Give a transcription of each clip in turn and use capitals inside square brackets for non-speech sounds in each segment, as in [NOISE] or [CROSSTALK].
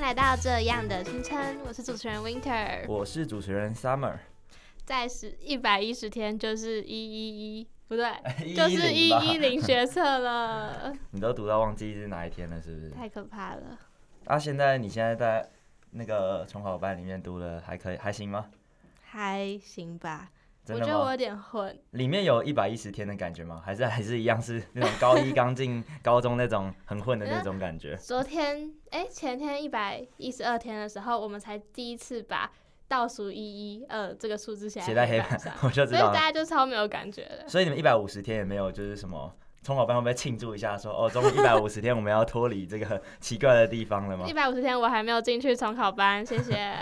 来到这样的青春，我是主持人 Winter。我是主持 [LAUGHS] 人 Summer，在十一百一十天就是一一一，不对， 110就是一吧一零学测 [LAUGHS] 了，你都读到忘记是哪一天了，是不是？太可怕了。啊，现在你现在在那个重考班里面读的还可以，还行吗？还行吧，真我的觉得我吗？有点混，里面有一百一十天的感觉吗？还是 [LAUGHS] 还是一样是那种高一刚进高中那种很混的那种感 [LAUGHS] 觉？昨天哎、前天一百一十二天的时候，我们才第一次把倒数一一二这个数字写写在在黑黑板板啊上，， [LAUGHS] 我就知所以道大家了。就超没有感觉的。所以你们一百五十天也没有就是什么重考班会不会庆祝一下说哦，终于一百五十天我们要脱离这个奇怪的地方了吗一？百五十天我还没有进去重考班，谢谢。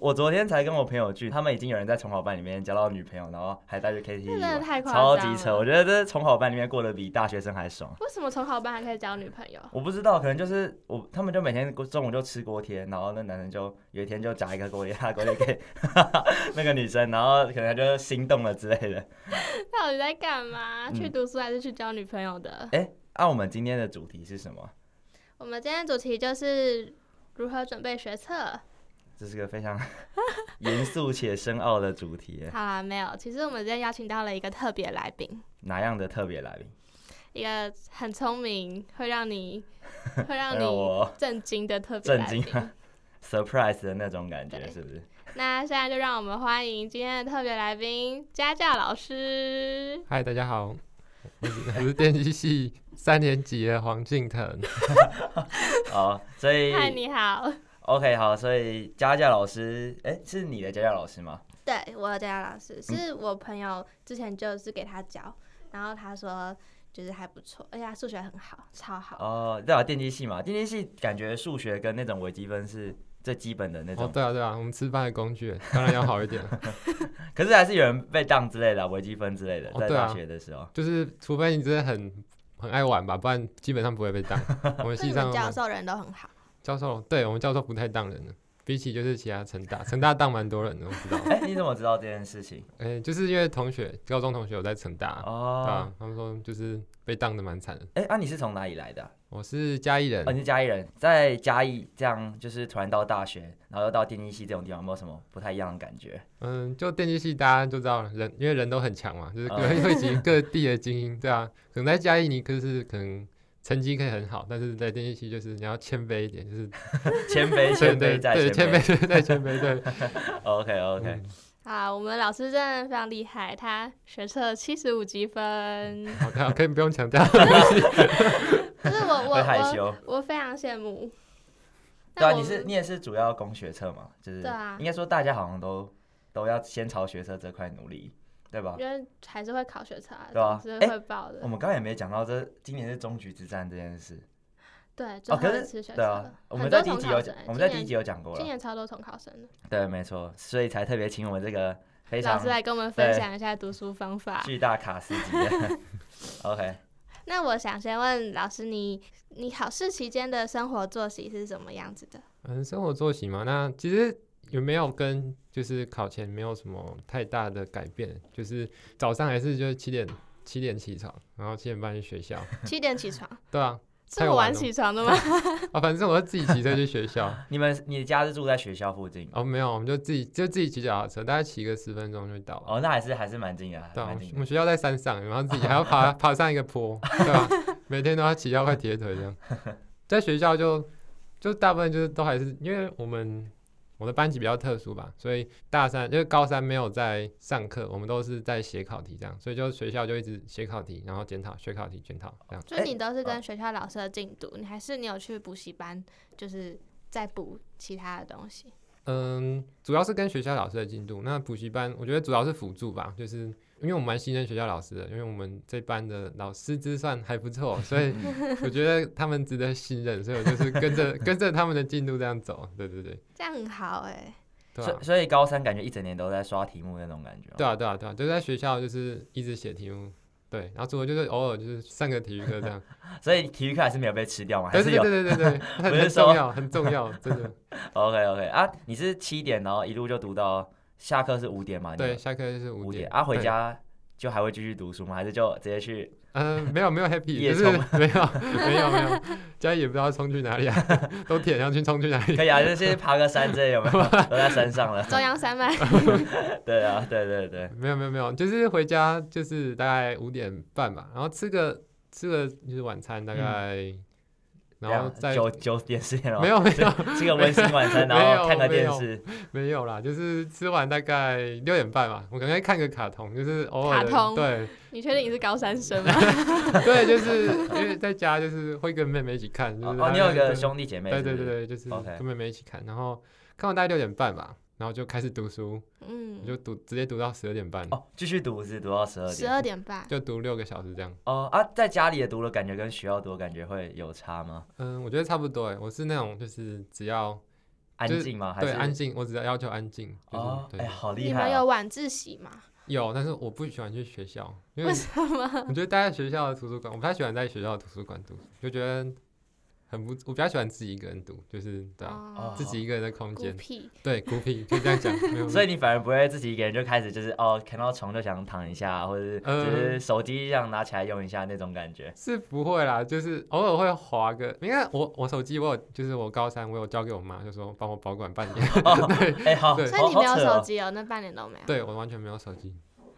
我昨天才跟我朋友聚，他们已经有人在重考班里面交到女朋友，然后还带去 KTV，真的玩太夸张超了级扯！我觉得这重考班里面过得比大学生还爽。为什么重考班还可以交女朋友？我不知道，可能就是我，他们就每天中午就吃锅贴，然后那男生就有一天就夹一个锅贴，他的锅贴给 [LAUGHS] 那个女生，然后可能就心动了之类的。到底在干嘛？嗯去读书还是去交女朋友的？哎、那、我们今天的主题是什么？我们今天的主题就是如何准备学测。这是个非常 [LAUGHS] 严肃且深奥的主题，好啦，没有，其实我们今天邀请到了一个特别来宾，哪样的特别来宾？一个很聪明，会让 [LAUGHS] 你会让让你我震惊的特别震来惊啊宾。 surprise 的那种感觉，对是不是？那现在就让我们欢迎今天的特别来宾家教老师。嗨，大家好，我是我是电机系三年级的黄敬腾。好，所以嗨，你好。 OK，好，所以家教老师，哎、是你的家教老师吗？对，我有家教老嗯师，是我朋友之前就是给他教，然后他说就是还不错，而且他数学很好，超好。哦，对啊，电机系嘛，电机系感觉数学跟那种微积分是最基本的那种，哦，对啊，对啊，我们吃饭的工具当然要好一点， [LAUGHS] 可是还是有人被当之类的啊、微积分之类的，哦在对啊大学的时候，就是除非你真的很很爱玩吧，不然基本上不会被当。我所们以系你上们的教蛮授人都很好，教授，对我们教授不太当人的，比起就是其他成大，成大当蛮多人的，我知道。 [LAUGHS] 哎、你怎么知道这件事情？哎、就是因为同学，高中同学有在成大，对哦，啊，他们说就是被当的蛮惨的。哎、啊，你是从哪里来的啊、我是嘉义人哦，，你是嘉义人，在嘉义这样就是突然到大学，然后又到电机系这种地方，有没有什么不太一样的感觉？ [LAUGHS] 嗯，就电机系大家就知道了，人因为人都很强嘛，就是啊各 [LAUGHS] 汇集各地的精英，对啊。可能在嘉义你就是可能成绩可以很好，但是在电机系就是你要谦卑一点，就是谦卑，对谦对卑再对，谦谦卑对再谦卑 [LAUGHS] 对。 OK OK，、嗯啊，我们老师真的非常厉害，他学测七十五积分，好的，可以不用强调。就是我我会害羞我。我非常羡慕。对啊，那我你是们你也是主要攻学测嘛，就是对啊应该说大家好像都都要先朝学测这块努力，对吧？因为还是会考学测啊，对啊总是诶会报的。我们刚才也没讲到这，今年是终局之战这件事对，最哦，后可一次是学测对啊了，，我很们多在第一重集考有生讲欸，我们在今第一集年有讲过今了，年超多重考生的，对，没错，所以才特别请我们这个非老常师来跟我们分对享一下读书方法。巨大卡斯级的 [LAUGHS] OK。那我想先问老师你，你考试期间的生活作息是什么样子的？嗯，生活作息嘛，那其实有没有跟就是考前没有什么太大的改变？就是早上还是就是七点七点起床，然后七点半去学校，七点起 [LAUGHS] 床，对啊。这太么晚晚了起床的吗？啊，反正我是自己骑车去学校，你们你家是住在学校附近哦，没有，我们就自己就自己骑脚踏车，大概骑个十分钟就到了。哦，那还是还是蛮近的，还是对啊，我蛮们近我的。们学校在山上，然后自己还要爬爬上一个坡，对吧、每天都要骑到快铁腿这样。在学校就就大部分就是都还是因为我们我的班级比较特殊吧，所以大三因为高三没有在上课，我们都是在写考题这样，所以就学校就一直写考题，然后检讨，写考题，检讨这样。就哎你都是跟哦学校老师的进度，你还是你有去补习班，就是在补其他的东西。嗯，主要是跟学校老师的进度。那补习班，我觉得主要是辅助吧，就是因为我们蛮信任学校老师的，因为我们这班的老师资算还不错，[LAUGHS] 所以我觉得他们值得信任，所以我就是跟着跟着他们的进度这样走。对对对，这样很好哎、对所啊以，所以高三感觉一整年都在刷题目那种感觉吗。对啊，对啊，对啊，就在学校就是一直写题目。对，然后除了就是偶尔就是上个体育课这样，所以体育课还是没有被吃 [LAUGHS] 掉嘛，还对是对有对对对 [LAUGHS] 对，很不是很重说要，很重要，真 [LAUGHS] 的。 OK OK 啊，你是七点，然后一路就读到下课是五点嘛？你对，们，下课就是五五点点啊，回对家就还会继续读书吗？还是就直接去？嗯、没有没有 happy，夜就是冲没有没有没有，家里也不知道冲去哪里啊， [LAUGHS] 都舔上去冲去哪里 [LAUGHS] 可以啊，就是爬个山之类有没有？都在山上了。中央山脉， [LAUGHS] [LAUGHS] 对啊，对对对，没有没有没有，就是回家就是大概五点半吧，然后吃个吃个就是晚餐，大概、嗯然后这再样九九点十点了吗，没有 [LAUGHS] 没有吃吃个温馨晚餐，没有然后看个没有电视，没有啦，就是吃完大概六点半吧，我可能会看个卡通，就是偶尔卡通对你确定你是高三生 [LAUGHS] 吗？对，就是因为在家就是会跟妹妹一起看，就是哦，她你有个对兄弟姐妹，对对是不对是，对，就是 OK 跟妹妹一起看，然后看到大概六点半吧，然后就开始读书，嗯，就读直接读到十二点半，哦，继续读是读到十二十点。二点半，就读六个小时这样。哦啊，在家里也读的感觉跟学校读的感觉会有差吗？嗯，我觉得差不多哎，我是那种就是只要安就是静吗？还对是安静，我只要要求安静，就是、哦，对、哎，好厉你害们哦！有晚自习吗？有，但是我不喜欢去学校，因为为什么？ [LAUGHS] 我觉得待在学校的图书馆，我不太喜欢在学校的图书馆读，就觉得很不，我比较喜欢自己一个人读，就是对啊，哦自己一个人的空孤间，僻， [LAUGHS] 对，孤僻可以这样讲，没有，所以你反而不会自己一个人就开始就是哦，看到床就想躺一下，或者是嗯就是手机这样拿起来用一下那种感觉。是不会啦，就是偶尔会划个，你看我我手机我有，就是我高三我有交给我妈，就说帮我保管半年， [LAUGHS] 哎，好，对所以好你没有好扯手哦，机哦，那半年都没有，对我完全没有手机，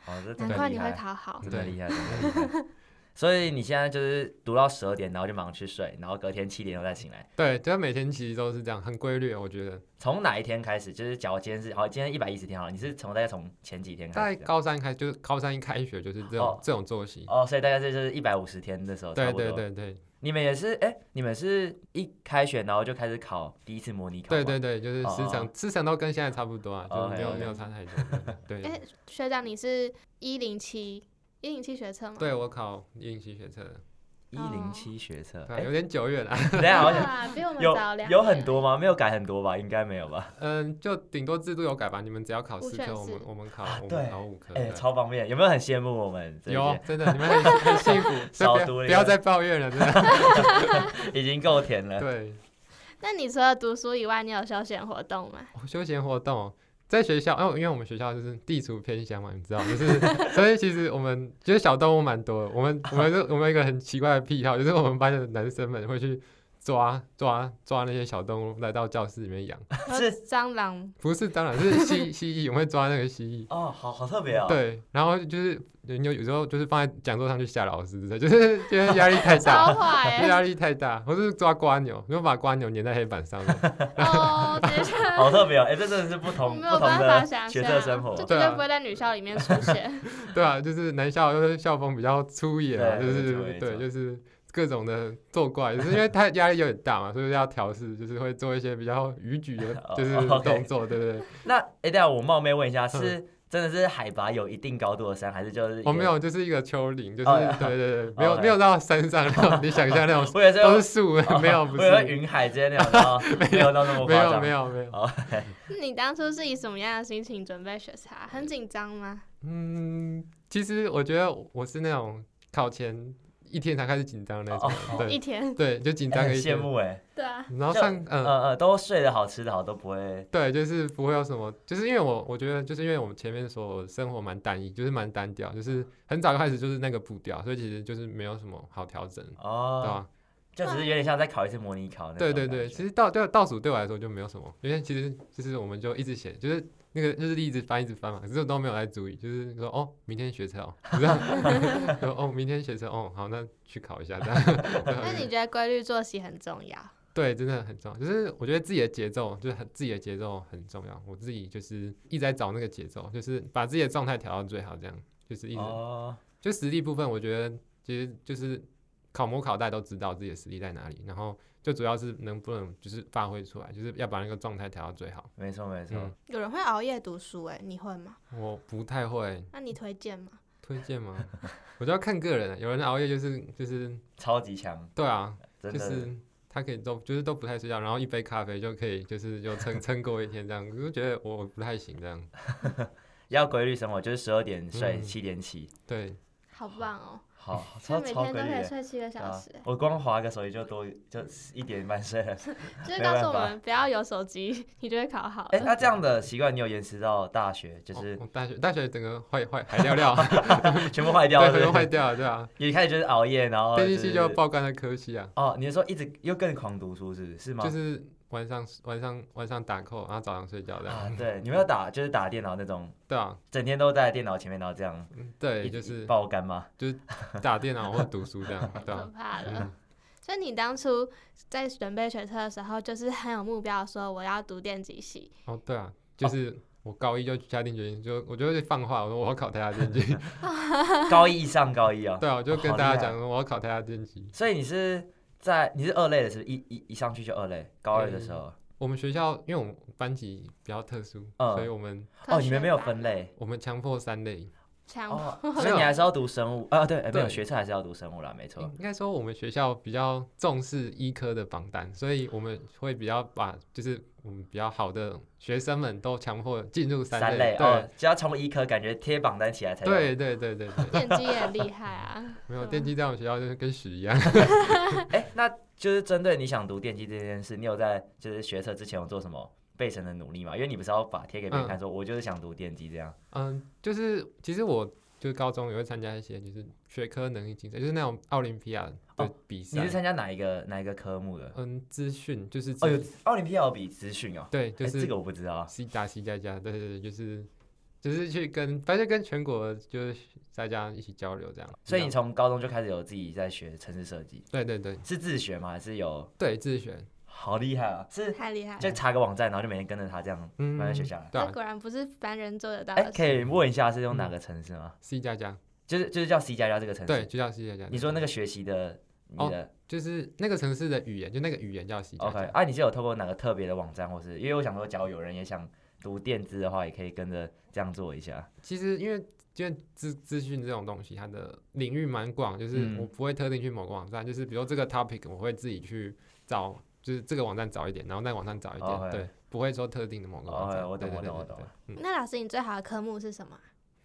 哦，这真难的怪厉你会害考好。真的对厉害，真的厉害。 [LAUGHS] 所以你现在就是读到十二点，然后就马上去睡，然后隔天七点又再醒来。对，就每天其实都是这样，很规律，我觉得。从哪一天开始？就是假如今天是好，今天一百一十天好了，你是从大概从前几天开在始这样？高三开，就是高三一开学就是这种、哦这种作息。哦，所以大概是就是一百五十天的时候，差对不多。对对对你们也是，哎、你们是一开学然后就开始考第一次模拟考吗？对对对，就是哦时长时长都跟现在差不多啊，就哦没有 OK，OK 没有差太多。对 [LAUGHS] 哎，学长，你是一零七一零七学测吗？对，我考应期学测的，一零七学测，哎、对，有点久远了。等一下好像哇，比 [LAUGHS] 我们有早两有年很多吗？没有改很多吧？应该没有吧？嗯，就顶多制度有改吧，你们只要考五四选科，我四们我们考啊我对们考五科。哎、对超方便，有没有很羡慕我们这有些？真的，你们很 [LAUGHS] 很幸福，所以少不要读了一不要个再抱怨了，真 [LAUGHS] 的。已经够甜了。对，那你除了读书以外，你有休闲活动吗？哦休闲活动哦在学校，因为因为我们学校就是地处偏乡嘛，你知道，就是所以其实我们就是小动物蛮多的。我们我们是我们有一个很奇怪的癖好，就是我们班的男生们会去抓抓抓那些小动物来到教室里面养，有蟑螂，不是当然是蜥蜥蜴，我们会抓那个蜥蜴。哦，好好特别哦。，对，然后就是有有时候就是放在讲桌上去吓老师之类，就是啊因为压力太大超， [LAUGHS] 坏欸压力太大，或是抓瓜牛，就把瓜牛粘在黑板上面。哦！等一下，好特别哦。哎、这真的是 [LAUGHS] 不我同没不有同办法的想学象，测生活就。绝对对啊不会在女校里面 [LAUGHS] 出现。对啊，就是男校就是校风比较粗野嘛，对就没是错对，没错就是各种的作怪，就是因为他压力有点大嘛，所以要调试，就是会做一些比较逾矩的哦，就是 OK 动作，对不对？那哎、等一下我冒昧问一嗯下，是真的是海拔有一定高度的山，还是就是？我没。有，就是一个丘陵，就是哦呀对对对，没有 OK 没有到山上那种，你想象那种 [LAUGHS] 我也是都是树，没 [LAUGHS] 有不我以为是，云海之间那种，然后哦没有到那么 [LAUGHS] 没夸有张。没有没有，哦，你当初是以什么样的心情准备学茶？很紧张吗？嗯，其实我觉得我是那种考前一天才开始紧张的那种人，一对天，对，就紧哎张哦很个一羡天，慕哎。 [LAUGHS] 对啊，然后就上嗯嗯。嗯，都睡得好，吃得好，都不会。对，就是不会有什么，就是因为我我觉得，就是因为我们前面说生活蛮单一，就是蛮单调，就是很早就开始就是那个步调，所以其实就是没有什么好调整，对哦，吧？就只是有点像在考一次模拟考那种对感觉。对对，其实倒对倒数对我来说就没有什么，因为其实就是我们就一直写，就是那个日历一直翻一直翻嘛，可是我都没有来注意，就是说哦，明天学车哦， [LAUGHS] 不是啊说哦，明天学车哦，好，那去考一下这样。 [LAUGHS] 对那你觉得规律作息很重要？对，真的很重要。就是我觉得自己的节奏，就是很自己的节奏很重要。我自己就是一直在找那个节奏，就是把自己的状态调到最好，这样就是一直、哦，就实力部分，我觉得其实就是考模考大家都知道自己的实力在哪里，然后就主要是能不能就是发挥出来，就是要把那个状态调到最好。没错没错。嗯有人会熬夜读书、哎，你会吗？我不太会那你推荐吗？推荐吗？ [LAUGHS] 我就要看个人啊了。有人熬夜就是就是超级强，对啊，真就的。是他可以都就是都不太睡觉，然后一杯咖啡就可以就是就 [LAUGHS] 撑撑过一天这样，我就觉得我不太行这样。要规律生活，就是十二点睡，嗯七点起。对，好棒哦！好，所超以每超天规都可律以的。睡七个小啊时，我光划个手机就多就一点半睡 [LAUGHS] 了。欸就是没告诉办我法们不要有手机，你就会考好哎、了。那这样的习惯你有延迟到大学，就哦是我大学大学整个坏坏海 [LAUGHS] 尿尿，哦全部坏掉对，了哦全是部不坏是，掉了，对啊，也开始就是熬夜，然后、电就机是系就爆肝的科系啊，哦，你是说一直又更狂读书是不是是吗？就是晚上晚上晚上打扣，然后早上睡觉这样，啊，对，你们要打就是打电脑那种，对啊，整天都在电脑前面，然后这样，嗯对，一就是爆 [LAUGHS] 肝吗？打电脑或者读书这样，可对 [LAUGHS] 啊，怕嗯了。所以你当初在准备学车的时候，就是很有目标，说我要读电机系。哦对啊，就是我高一就下定决心，就我就会放话，我说我要考台大电 [LAUGHS] 机，高一上高一哦，对啊，我就哦跟好厉大害家讲说我要考台大电机。所以你是在你是二类的是不是一一一上去就二类，高二的时候，我们学校因为我们班级比较特殊，嗯所以我们哦，你们没有分类我们强迫三类，强迫哦，所以你还是要读生物啊？对，哎没有对嗯学测还是要读生物啦，没错应。该说我们学校比较重视医科的榜单，所以我们会比较把就是我们比较好的学生们都强迫进入三三类对、哦，只要从医科感觉贴榜单起来才有对对对对 [LAUGHS] 对，！电机也很厉害啊没有嗯电机在我们学校就是跟屎一样，哎、那就是针对你想读电机这件事，你有在就是学测之前有做什么备审的努力吗？因为你不是要把贴给别人看说，我就是想读电机这样。嗯，就是其实我就是高中也会参加一些就是学科能力竞赛，就是那种奥林匹亚的比哦你赛，是参加哪一个哪一个科目的？嗯，资讯就是资哦，有奥林匹亚有比资讯哦，对，就哎是、这个我不知道。啊 C 打 C 加加，对对对，就是就是去跟，反正跟全国就是大家一起交流这样。所以你然后从高中就开始有自己在学城市设计，对对对是自学吗？还是有？对自选，好厉害 [LAUGHS] 啊！是太厉害就了，查个网站，然后就每天跟着他这样嗯，慢慢学下来。对这啊果然不是凡人做得到哎、的可事。以问一下是用哪个城市吗？ ，C 加加，就是就是叫 C 加加这个城嗯对，市。就叫 C 加加。你说那个学习的你哦的、就是那个城市的语言，就那个语言叫 C 加 OK，加。啊，你是有透过哪个特别的网站，或是因为我想说，假如有人也想读电资的话，也可以跟着这样做一下。其实因为因为资资讯这种东西，它的领域蛮广，就是嗯我不会特定去某个网站，就是比如说这个 topic，我会自己去找，就是这个网站找一点，然后那个网站找一点， OK 对，不会说特定的某个网站。 OK，我懂对对我懂对我懂对对嗯，那老师，你最好的科目是什么啊？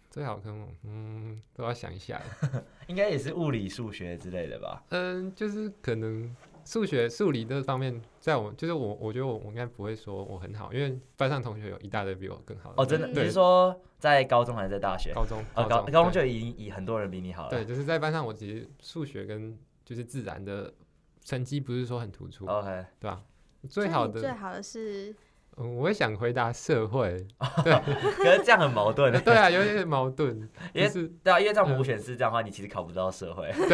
最好跟我嗯都要想一下。 [LAUGHS] 应该也是物理、数学之类的吧？嗯，就是可能数学、数理这方面，在我就是我，我觉得我我应该不会说我很好，因为班上同学有一大堆比我更好的。哦，真的，嗯你是说在高中还是在大学？高中，哦，高中，高中对就啊已经以很多人比你好了。对，就是在班上，我其实数学跟就是自然的成绩不是说很突出， ，OK， [LAUGHS] 对吧？所以最好你最的，好的是嗯，我也想回答 [LAUGHS] 社会，可是这样很矛盾呃。对嗯啊，有点矛盾， [LAUGHS] 因为就是对啊，因为这样五选四这样的话，你其实考不到社会， [LAUGHS]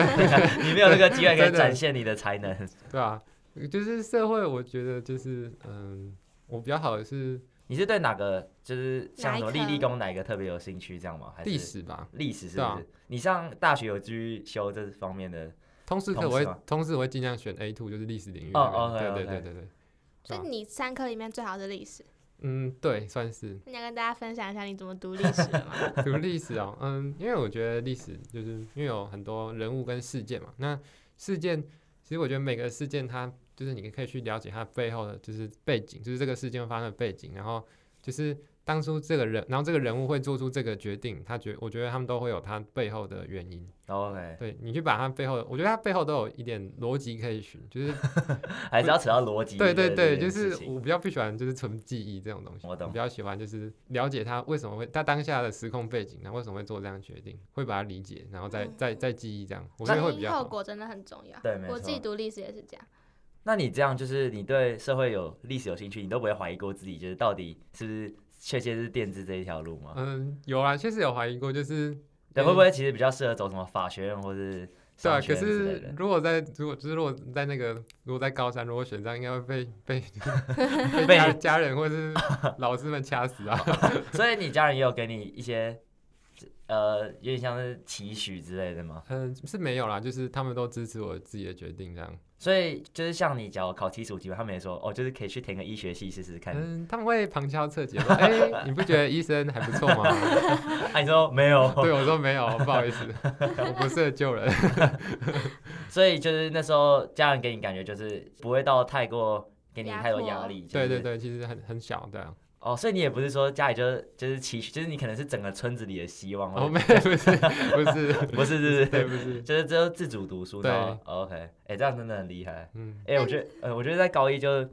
你没有那个机会可 [LAUGHS] 真以的展现你的才能。对啊，就是社会，我觉得就是嗯，我比较好的是你是对哪个就是像什么哪一立科立功哪一个特别有兴趣这样吗？还历是史吧，历史是对不啊是？你上大学有继续修这方面的通识课通我会识吗啊通识我会尽量选 A two，就是历史领域哦那边，对 OK，OK 对对对对。所以对啊你三科里面最好的历史，嗯，对，算是那你要跟大家分享一下你怎么读历史的吗？读历史哦。 [LAUGHS] 嗯，因为我觉得历史就是因为有很多人物跟事件嘛。那事件其实我觉得每个事件它就是你可以去了解它背后的就是背景，就是这个事件发生的背景，然后就是当初这个人，然后这个人物会做出这个决定，他觉我觉得他们都会有他背后的原因。 ？OK，对你去把他背后的，我觉得他背后都有一点逻辑可以寻，就是还是要扯到逻辑。对对这对，就件事是情我比较不喜欢就是纯记忆这种东西，我懂比较喜欢就是了解他为什么会他当下的时空背景，然后为什么会做这样的决定，会把它理解，然后再嗯再再记忆这样， [LAUGHS] 我觉前得会比因较后好。果真的很重要。对没我自己错读历史也是这样。那你这样就是你对社会有历史有兴趣，你都不会怀疑过自己，就是到底是不是确切是电子这一条路吗？嗯，有啊，确实有怀疑过，就是对，嗯会不会其实比较适合走什么法学院或是对啊，商学可院之类是的？如果在如果就是如果在那个如果在高三如果选这样，应该会被被 [LAUGHS] [LAUGHS] 被被哦家家人 [LAUGHS] 或是老师们掐死啊。所以你家人也有给你一些呃，有点像是期许之类的吗？ [LAUGHS] 嗯，是没有啦，就是他们都支持我自己的决定这样。所以就是像你，假如考七十五级分，他们也说哦，就是可以去填个医学系试试看。嗯，他们会旁敲侧击说：“哎、你不觉得医生还不错吗？” [LAUGHS] 啊，你说没哦有，对，我说没有，哦不好意思， [LAUGHS] 我不适合救人。 [LAUGHS] 所以就是那时候家人给你感觉就是不会到太过给你压太多迫啊压力。就是对对对，其实很很小的，哦，所以你也不是说家里就是就是期许，就是你可能是整个村子里的希望，哦，或者没，不是，不 [LAUGHS] 是，不是是对，是，不是， [LAUGHS] 就是只有自主读书，对然后哦 OK，哎、这样真的很厉害。嗯，哎、我觉得呃，我觉得在高一就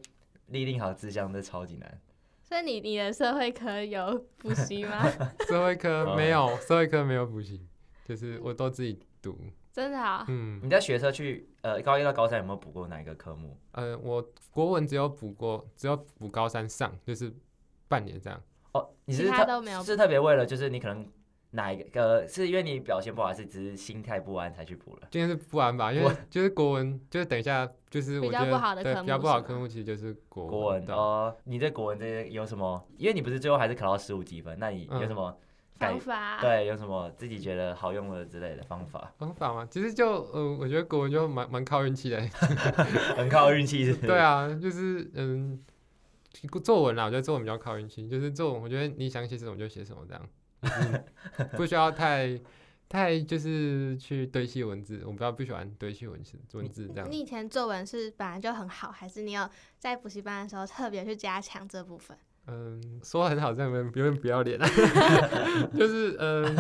立定好志向，这超级难。所以你你的社会科 [LAUGHS] 有补习吗？社会科哦没有，社会科没有补习，就是我都自己读。真的啊、嗯，你在学车去呃高一到高三有没有补过哪一个科目？呃，我国文只有补过，只有补高三上，就是半年这样。哦，你其是他特都没有是特别为了就是你可能哪一个、呃、是因为你表现不好，还是只是心态不安才去补了？今天是不安吧，因不为就是国文，就是等一下，就是我比较觉得不好的对科比较目不好是的吗科目其实就是国国文对啊哦，你对国文这些有什么？因为你不是最后还是考到十五几分，那你有嗯什么改 [LAUGHS] 方？法啊对，有什么自己觉得好用的之类的方法？方法哦嘛，其实就呃，我觉得国文就蛮蛮靠运气的。很靠运气是不是？对啊，就是嗯，作文啦，我觉得作文比较靠运气，就是作文，我觉得你想写什么就写什么，这样、就是不需要太太就是去堆砌文字，我比较不喜欢堆砌文字文字这样。你以前作文是本来就很好，还是你有在补习班的时候特别去加强这部分？嗯，说很好，这样有点有点不要脸啊， [LAUGHS] 就是嗯，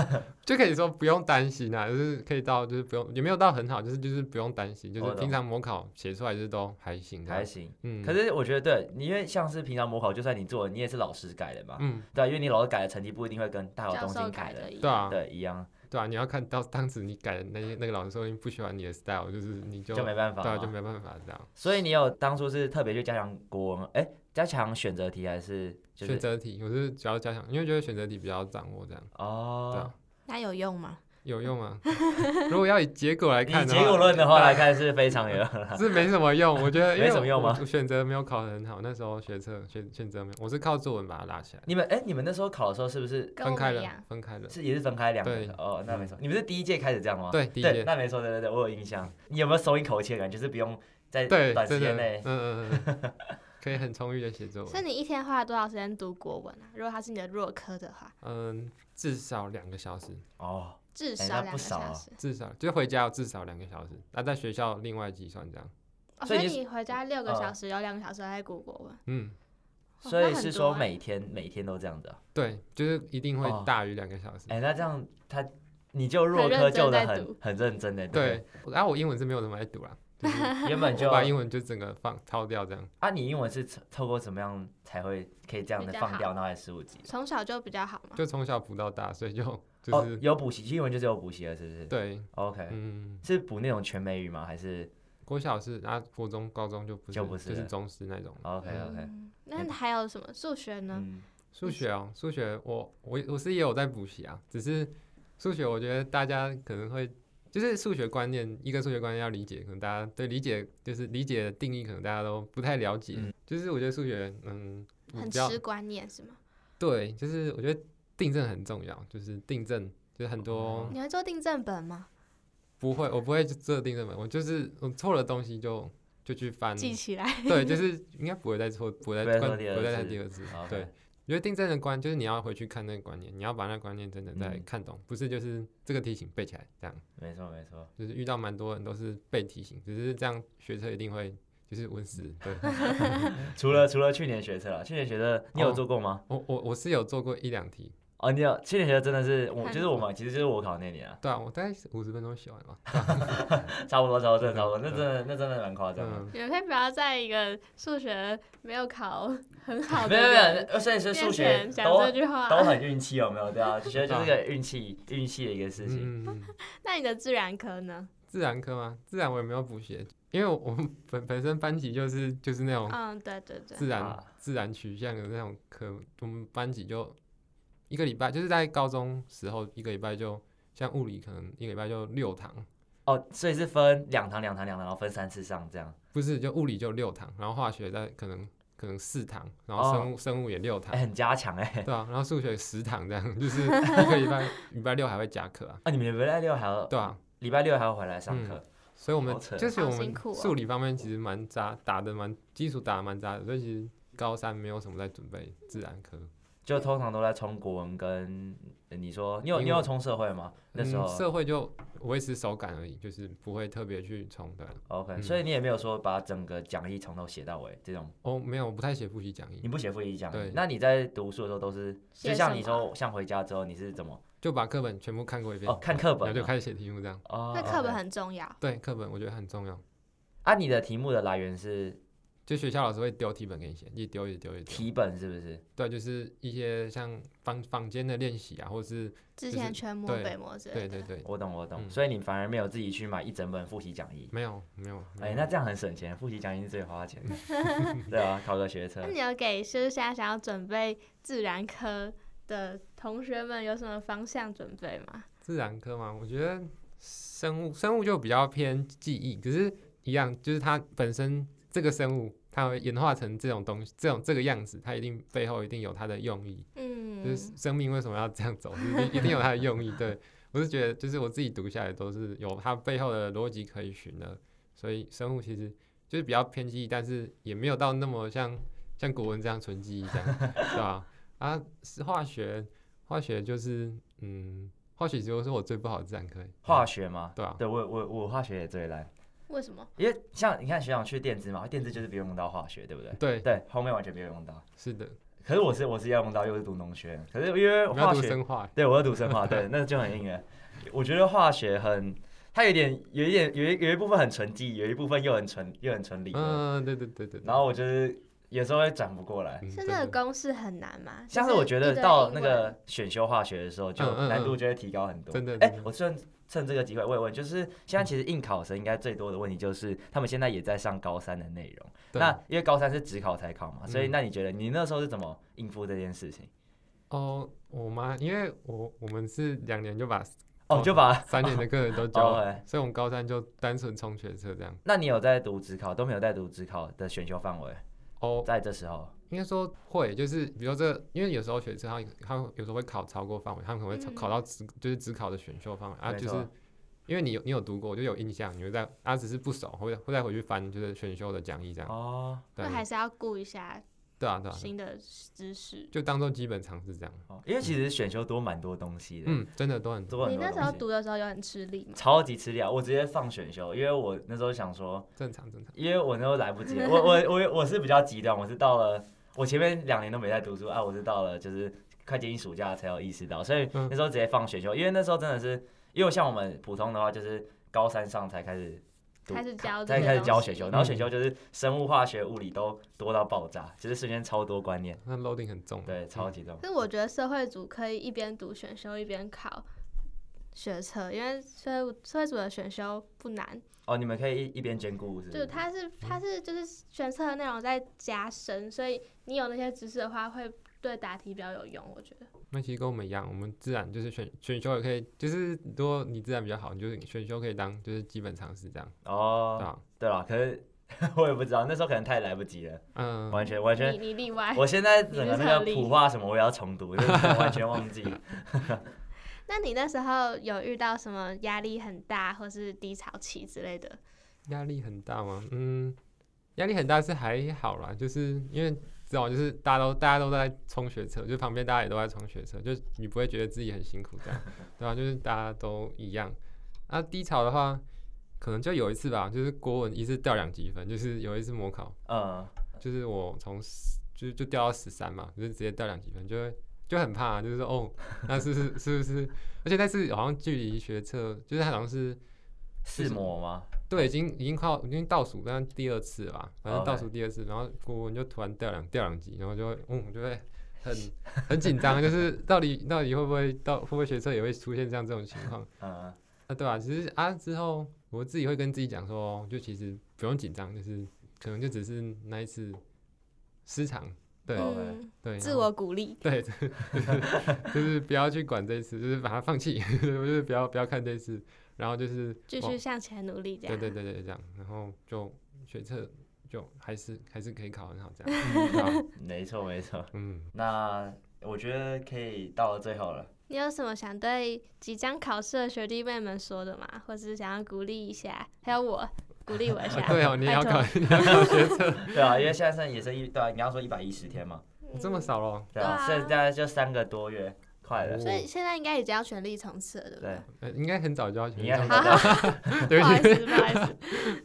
就可以说不用担心啊，就是可以到就是不用也没有到很好，就是就是不用担心，就我是懂平常模考写出来就是都还 [LAUGHS] 行还的。行。嗯，可是我觉得对，你因为像是平常模考，就算你做，你也是老师改的嘛。嗯，对啊，因为你老师改的成绩不一定会跟大有教东授京改的的一对样，啊，对一样，对啊，你要看到当时你改的那些那个老师说你不喜欢你的 style，就是你就就没办法对啊，就嘛。没办法这样。所以你有当初是特别去加强国文，哎，加强选择题还是就选是择题我是主要加强，因为觉得选择题比较掌握这样对哦啊。那有用吗？有用 [LAUGHS] 吗？如果要以结果来以看的话，结果论啊的话来看是非常有用，是没什么用，我觉 [LAUGHS] 得因为没什么用我吗我选择没有考得很好，那时候学测选选择没有，我是靠作文把它拉起来， [LAUGHS] 你们哎，你们那时候考的时候是不是跟分我开们一样了，，分开了。是也是分开两个对？嗯哦，那没错，你们是第一届开始这样吗？对，第一对，届，那没错，对对对，我有印象。你有没有松一口气的感觉？就是不用在对，短时真间的，内嗯嗯嗯嗯，可以很充裕的写作 [LAUGHS] 所以文，你一天花了多少时间读国文啊？如果它是你的弱科的话，嗯，至少两个小时，哦，至哎少那两不个少啊小时。至少就回家要至少两个小时，那、在学校另外计算这样，哦所所以以你你回家六个嗯小时，有两个小时在读国文，嗯。哦所那以很是多说欸每天每天都这样子啊。对，就是一定哦会大于两个小时。哎，那这样他你就弱很认科真救的在很读很认真的，对，然后我英文是没有怎么爱读啦，就 [LAUGHS] 是不对，原本就 [LAUGHS] 我把英文就整个放抛掉这样。啊，你英文是透透过怎么样才会可以这样的比较放好掉，然后还十五级？从小就比较好嘛。就从小补到大，所以就就哦是、，有补习，英文就是有补习了，是不是？对， ，OK，嗯，是补那种全美语吗？还是国小是，然后国中、高中就不是，就不是是了中式那种。 OK OK？嗯那还有什么数学呢？嗯，数学哦，数学我我我是也有在补习啊，只是数学我觉得大家可能会就是数学观念，一个数学观念要理解，可能大家对理解就是理解的定义，可能大家都不太了解。嗯就是我觉得数学，嗯，我很比较吃观念是吗？对，就是我觉得订正很重要，就是订正，就是很多哦你会做定正本吗？嗯不会，我不会做订正本，我就是我错了东西就就去翻，记起来。对，就是应该不会再错，不会不会再说关第不二会再次第二次， OK 对。因为订正的观，就是你要回去看那个观念，你要把那个观念真的再嗯看懂，不是就是这个题型背起来这样。没错没错。就是遇到蛮多人都是背题型，只是这样学车一定会就是稳死。 [LAUGHS] 对，除了除了去年学测了，去年学测你有哦做过吗？我我我是有做过一两题，哦，你有去年学测真的是我，看就是我嘛，其实就是我考那年啊。对啊，我大概五十分钟写完吧。差不多，差不多，差不多，那真的，那真的蛮夸张的。嗯，你们可以不要在一个数学没有考 [LAUGHS] 很好没的有没人有，所以是数面学前讲都这句话。都很运气，有没有？对啊，学就是个运气，运气的一个事情。嗯嗯嗯那你的自然科呢？自然科吗？自然我也没有补习，因为我们本本身班级就是就是那种嗯，对对对。自然、啊自然取向的那种科，我们班级就一个礼拜，就是在高中时候一个礼拜就像物理可能一个礼拜就六堂，哦，所以是分两堂、两堂、两堂，然后分三次上这样。不是就物理就六堂，然后化学在可能可能四堂，然后生物、生物也六堂哎，，很加强哎。对啊，然后数学十堂这样，就是一个礼拜礼拜六还会加课啊，啊，你们礼拜六还要，对啊，礼拜六还要回来上课。所以我们好扯啊就是好我辛们苦哦数理方面其实蛮渣，打的蛮基础打的蛮渣的，所以其实高三没有什么在准备自然科。就通常都在冲国文跟呃你说，你有英文你有冲社会吗？那时候嗯、社会就维持手感而已，就是不会特别去冲的。 OK，、嗯所以你也没有说把整个讲义从头写到尾这种，哦，没有，我不太写复习讲义你，不写复习讲义对。那你在读书的时候都是，写就像什你么说，像回家之后你是怎么？就把课本全部看过一遍，哦，看课然后本就啊。开始写题目这样。哦，那课本 OK 很重要。对，课本我觉得很重要。啊，你的题目的来源是就学校老师会丢题本给你写，一直丢一直丢一直丢。题本是不是？对，就是一些像房房间的练习啊，或者是之就是前全模对北模之类对的对，对，我懂我懂，嗯所以你反而没有自己去买一整本复习讲义。没有没有。没哎、有那这样很省钱，复习讲义是最花 [LAUGHS] 钱的，对啊，考个学车那。你有给就是现在想要准备自然科的同学们有什么方向准备吗？自然科嘛，我觉得生物生物就比较偏记忆，可是一样，就是它本身这个生物，它会演化成这种东西，这种这个样子，它一定背后一定有它的用意，就嗯，是生命为什么要这样走，一定一定有它的用意。对我是觉得，就是我自己读下来都是有它背后的逻辑可以寻的，所以生物其实就是比较偏记忆，但是也没有到那么像像古文这样纯记忆这样，对吧？ [LAUGHS] 啊，是化学，化学就是嗯，化学其实是我最不好的自然科，化学吗？对啊对我我我化学也最烂，为什么？因为像你看学长去电子嘛，电子就是不用用到化学，对不对？对，对，后面完全没有用到。是的，可是我是我是要用到，又是读农学，可是因为我们要化读学，生化，对我要读生化， [LAUGHS] 对，那就很硬了。我觉得化学很，它有点有一点有一有一部分很纯记忆，有一部分又很纯又很纯理论，嗯，对对对对，对然后我就是有时候会转不过来。嗯是对那对个公式很难吗？像就是我觉得一堆到英那文个选修化学的时候，就嗯嗯嗯难度就会提高很多。真的哎、真的我趁趁这个机会问一问，就是现在其实应考生应该最多的问题就是，他们现在也在上高三的内容。对那因为高三是只考才考嘛，所以嗯那你觉得你那时候是怎么应付这件事情？哦，我妈，因为我我们是两年就把哦，哦就把。三年的课程都教哦哎完，所以我们高三就单纯冲学测这样。那你有在读职考，都没有在读职考的选修范围，哦，在这时候，应该说会，就是比如说这个，因为有时候学测他他有时候会考超过范围，他们可能会考嗯考到只就是只考的选修范围啊，没就错是因为你有你有读过，我就有印象，你会在啊只是不熟，会会再回去翻就是选修的讲义这样，哦，对就还是要顾一下对啊对啊，对啊新的知识。就当做基本常识这样。哦因为其实选修多蛮多东西的，嗯，真的都很多啊很你多那时东候西，读的时候有很吃力吗？超级吃力啊！我直接放选修，因为我那时候想说，正常正常。因为我那时候来 [LAUGHS] 不及了，我我我我是比较极端，我是到了我前面两年都没在读书啊，我是到了就是快接近暑假才有意识到，所以嗯那时候直接放选修，因为那时候真的是，因为像我们普通的话就是高三上才开始读。开始教这才些开始教东西嗯选修，然后选修就是生物、化学、物理都多到爆炸，就是瞬间超多观念，那 loading 很重，对，超嗯级重。可是我觉得社会组可以一边读选修一边考学测，因为社会社会组的选修不难，哦，你们可以一一边兼顾，是不就是是？它是它是就是选测的内容在加深，所以你有那些知识的话，会对答题比较有用。我觉得那其实跟我们一样，我们自然就是选选修也可以，就是如果你自然比较好，你就是选修可以当就是基本常识这样，对哦，啊，对了，可是 [LAUGHS] 我也不知道，那时候可能太来不及了，嗯，完全完全你你例外。我现在整哎个那你个是特例普化什么我也要重读，就是完全 [LAUGHS] 忘记。那你那时候有遇到什么压力很大或是低潮期之类的？压力很大吗？嗯，压力很大是还好啦，就是因为知道就是大家都大家都在冲学车，就旁边大家也都在冲学车，就是你不会觉得自己很辛苦这样， [LAUGHS] 对吧、就是大家都一样。啊，低潮的话，可能就有一次吧，就是国文一次掉两级分，就是有一次模考，嗯，就是我从10就就掉到十三嘛，就是直接掉两级分，就会就很怕，就是说哦，那是不是是不是？而且那次好像距离学测，就是它好像是四模吗？对，已经已经靠已经倒数，但第二次了吧，反正 OK 倒数第二次，然后国文就突然掉两掉两级，然后就会嗯，就会很 [LAUGHS] 很紧张，就是到底到底会不会到会不会学测也会出现这样这种情况嗯，啊？对啊，其实啊之后我自己会跟自己讲说，就其实不用紧张，就是可能就只是那一次失常，对、哦嗯，对，自然后我鼓励。对， [LAUGHS] 就是就是不要去管这一次，就是把它放弃， [LAUGHS] 就是不要不要看这一次，然后就是继往续向前努力，这哦对样。对对对，这样，然后就学测就还是还是可以考很 [LAUGHS] 好这样，嗯对吧？没错没错。嗯，那我觉得可以到了最后了。你有什么想对即将考试的学弟妹们说的吗？或是想要鼓励一下？还有我，鼓励我一下。啊 [LAUGHS] 对哦，你也要拜考托你要考学测，对啊，因为嗯现在剩也剩一对啊，你刚刚说一百一十天嘛，这么少咯，对啊，对啊剩大概就三个多月。快了哦。所以现在应该已经要全力冲刺了，对不对对？，呃应该很早就要选应该上很了，早对不不好意起，思，不好意 [LAUGHS] 思。 [LAUGHS]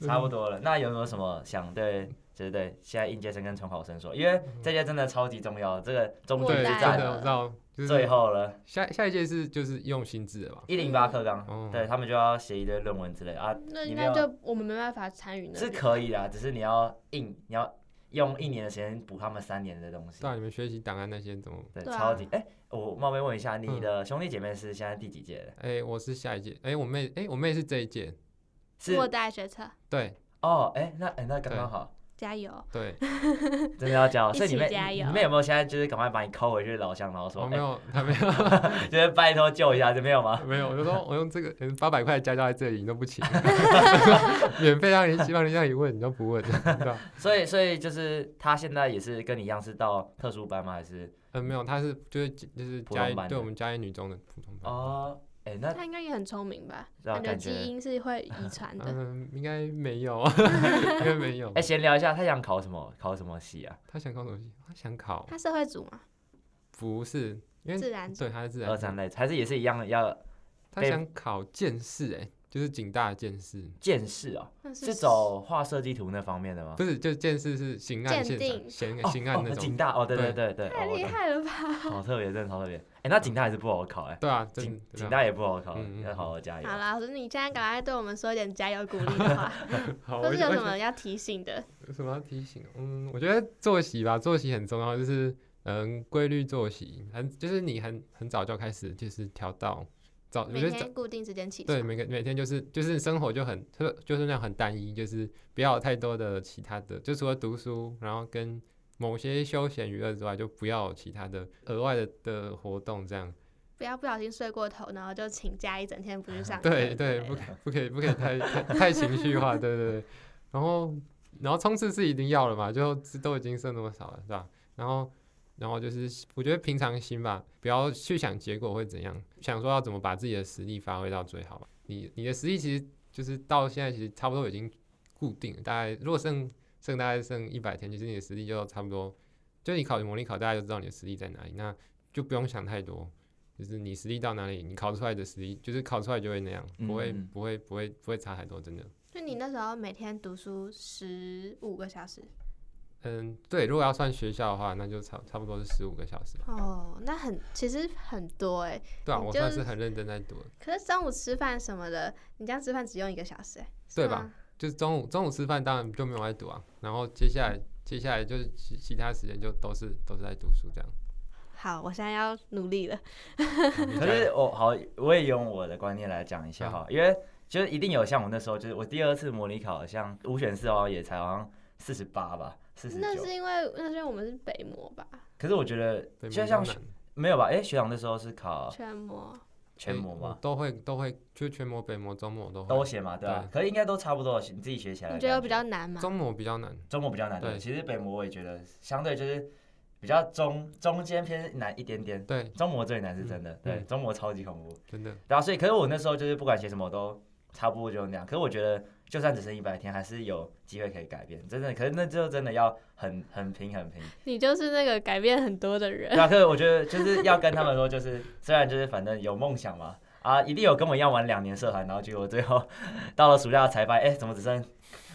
差不多了。那有没有什么想对，就是对现在应届生跟重考生说？因为这届真的超级重要，这个中我距对，来之真战的，我知道，就是最后了，下下一届是就是用心智了吧？一零八课纲，哦对他们就要写一堆论文之类啊，那你应没该有就我们没办法参与那是里可以啊，只是你要硬，你要用一年的时间补他们三年的东西对。啊，你们学习档案那些怎么？对，对啊超级哎、我冒昧问一下，你嗯的兄弟姐妹是现在第几届的？哎、我是下一届，哎、我妹，哎、我妹是这一届，是我带学测，对哦，哎、那哎、那刚刚好，加油！对，真的要加 [LAUGHS] 油。一哦所以你起们加你油们有没有现在就是赶快把你扣回去老乡，然后说我哎哦没、有，她没就是拜托救一下，这没有吗？ [LAUGHS] 有，没有，我就说我用这个嗯八百块加交在这里，你都 [LAUGHS] 不请， [LAUGHS] 免费让人让人家一问，你都不问，对吧？所以，所以就是他现在也是跟你一样是到特殊班吗？还是嗯，没有，她是就是就是普嘉通义班，对的我们嘉义女中的普通班，哦，哎、那他应该也很聪明吧？让感我觉感觉基因是会遗传的。嗯，应该没有， [LAUGHS] 应该没有哎，，闲、聊一下，他想考什么？考什么系啊？她想考什么系？她想考他社会组嘛，不是，因为自然组。对她是自二然系三，类还是也是一样要她被想考见识，哎，就是警大的见识，见识哦，那是走画设计图那方面的吗？不是，就是见识是刑案鉴现定场，刑哦刑案那哦，种警，大哦，对对对对对，太哦我厉懂害了吧？好特别，真的超特别。哎、那警大还是不好考哎、对啊，真警的对警啊大也不好考，嗯嗯要好好加油好。啦，老师，你现在赶快对我们说一点加油鼓励的 [LAUGHS] 话，好，或我是想有我什想么要提醒的？有什么要提醒哦？嗯，我觉得作息吧，作息很重要，就是嗯，规律作息，很就是你很很早就开始，就是调到早，我每觉得早天固定时间起对床。每个每天就是就是生活就很特就是那样很单一，就是不要有太多的其他的，就除了读书，然后跟某些休闲娱乐之外，就不要有其他的额外的的活动这样。不要不小心睡过头，然后就请假一整天不去上课之类对的。对，不可不可以不可以太太太情绪化，对对对。然后然后冲刺是一定要了嘛，就都已经剩那么少了，是吧？然后然后就是我觉得平常心吧，不要去想结果会怎样，想说要怎么把自己的实力发挥到最好吧。你你的实力其实就是到现在其实差不多已经固定了，大概如果剩剩大概剩一百天，其实你的实力就差不多，就你考模拟考，大家就知道你的实力在哪里，那就不用想太多。就是你实力到哪里，你考出来的实力，就是考出来就会那样，不会、嗯不会不会不会差太多，真的。就你那时候每天读书十五个小时，嗯，对，如果要算学校的话，那就差差不多是十五个小时吧。哦，那很其实很多哎、对啊，你我就算是是很认真在读了，可是中午吃饭什么的，你这样吃饭只用一个小时、欸，是对吧吗？就是中午中午吃饭当然就没有在读啊，然后接下来接下来就是其其他时间就都是都是在读书 [LAUGHS] 这样。好，我现在要努力了。可是我好，我也用我的观念来讲一嗯下哈，因为就是一定有像我那时候，就是我第二次模拟考，像五选四哦，也才好像四十八吧，四十那九。是因为那是因为我们是北模吧，可是我觉得，对就没啊像那么难没有吧？哎、学长那时候是考全模。全模我嘛，都会都会，就全模、北模、中模我都都会。写嘛，对吧、可是应该都差不多，你自己学起来的你感。觉得比较难吗？中模比较难，中模比较难？对，对其实北模我也觉得相对就是比较中中间偏难一点点。对，中模最难是真的，对，嗯中模超级恐怖。真的，然后所以，可是我那时候就是不管写什么都差不多就那样。可是我觉得，就算只剩一百天，还是有机会可以改变，真的。可是那就真的要很 [LAUGHS] 很拼很拼。你就是那个改变很多的人，对啊，可是我觉得就是要跟他们说，就是 [LAUGHS] 虽然就是反正有梦想嘛，啊，一定有跟我一样玩两年社团，然后结果最后 [LAUGHS] 到了暑假才发现，哎，怎么只剩所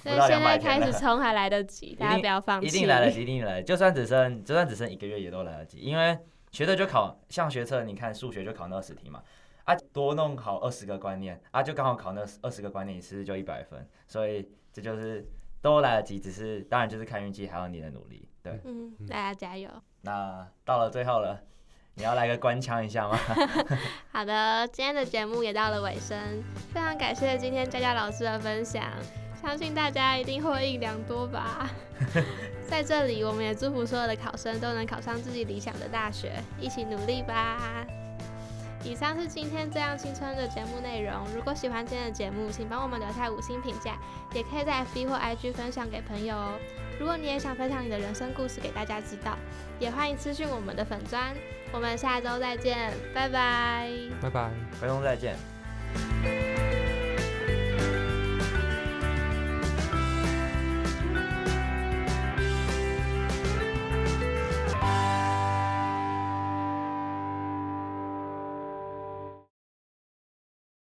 不以到现两在百天开始了？冲还来得及，大家定不要放弃。一定来得及，一定来得及，就算只剩就算只剩一个月也都来得及，因为学测就考，像学测你看数学就考那二十题嘛，啊，多弄好二十个观念，啊，就刚好考那二十个观念，你是不是就一百分？所以这就是都来得及，只是当然就是看运气，还有你的努力。对，嗯，大家加油。那到了最后了，你要来个官腔 [LAUGHS] 一下吗？好的，今天的节目也到了尾声，非常感谢今天佳佳老师的分享，相信大家一定获益良多吧。在这里，我们也祝福所有的考生都能考上自己理想的大学，一起努力吧。以上是今天这样青春的节目内容。如果喜欢今天的节目，请帮我们留下五星评价，也可以在 FB 或 IG 分享给朋友哦。如果你也想分享你的人生故事给大家知道，也欢迎私讯我们的粉砖。我们下周再见，拜拜。拜拜。观众再见。 Thank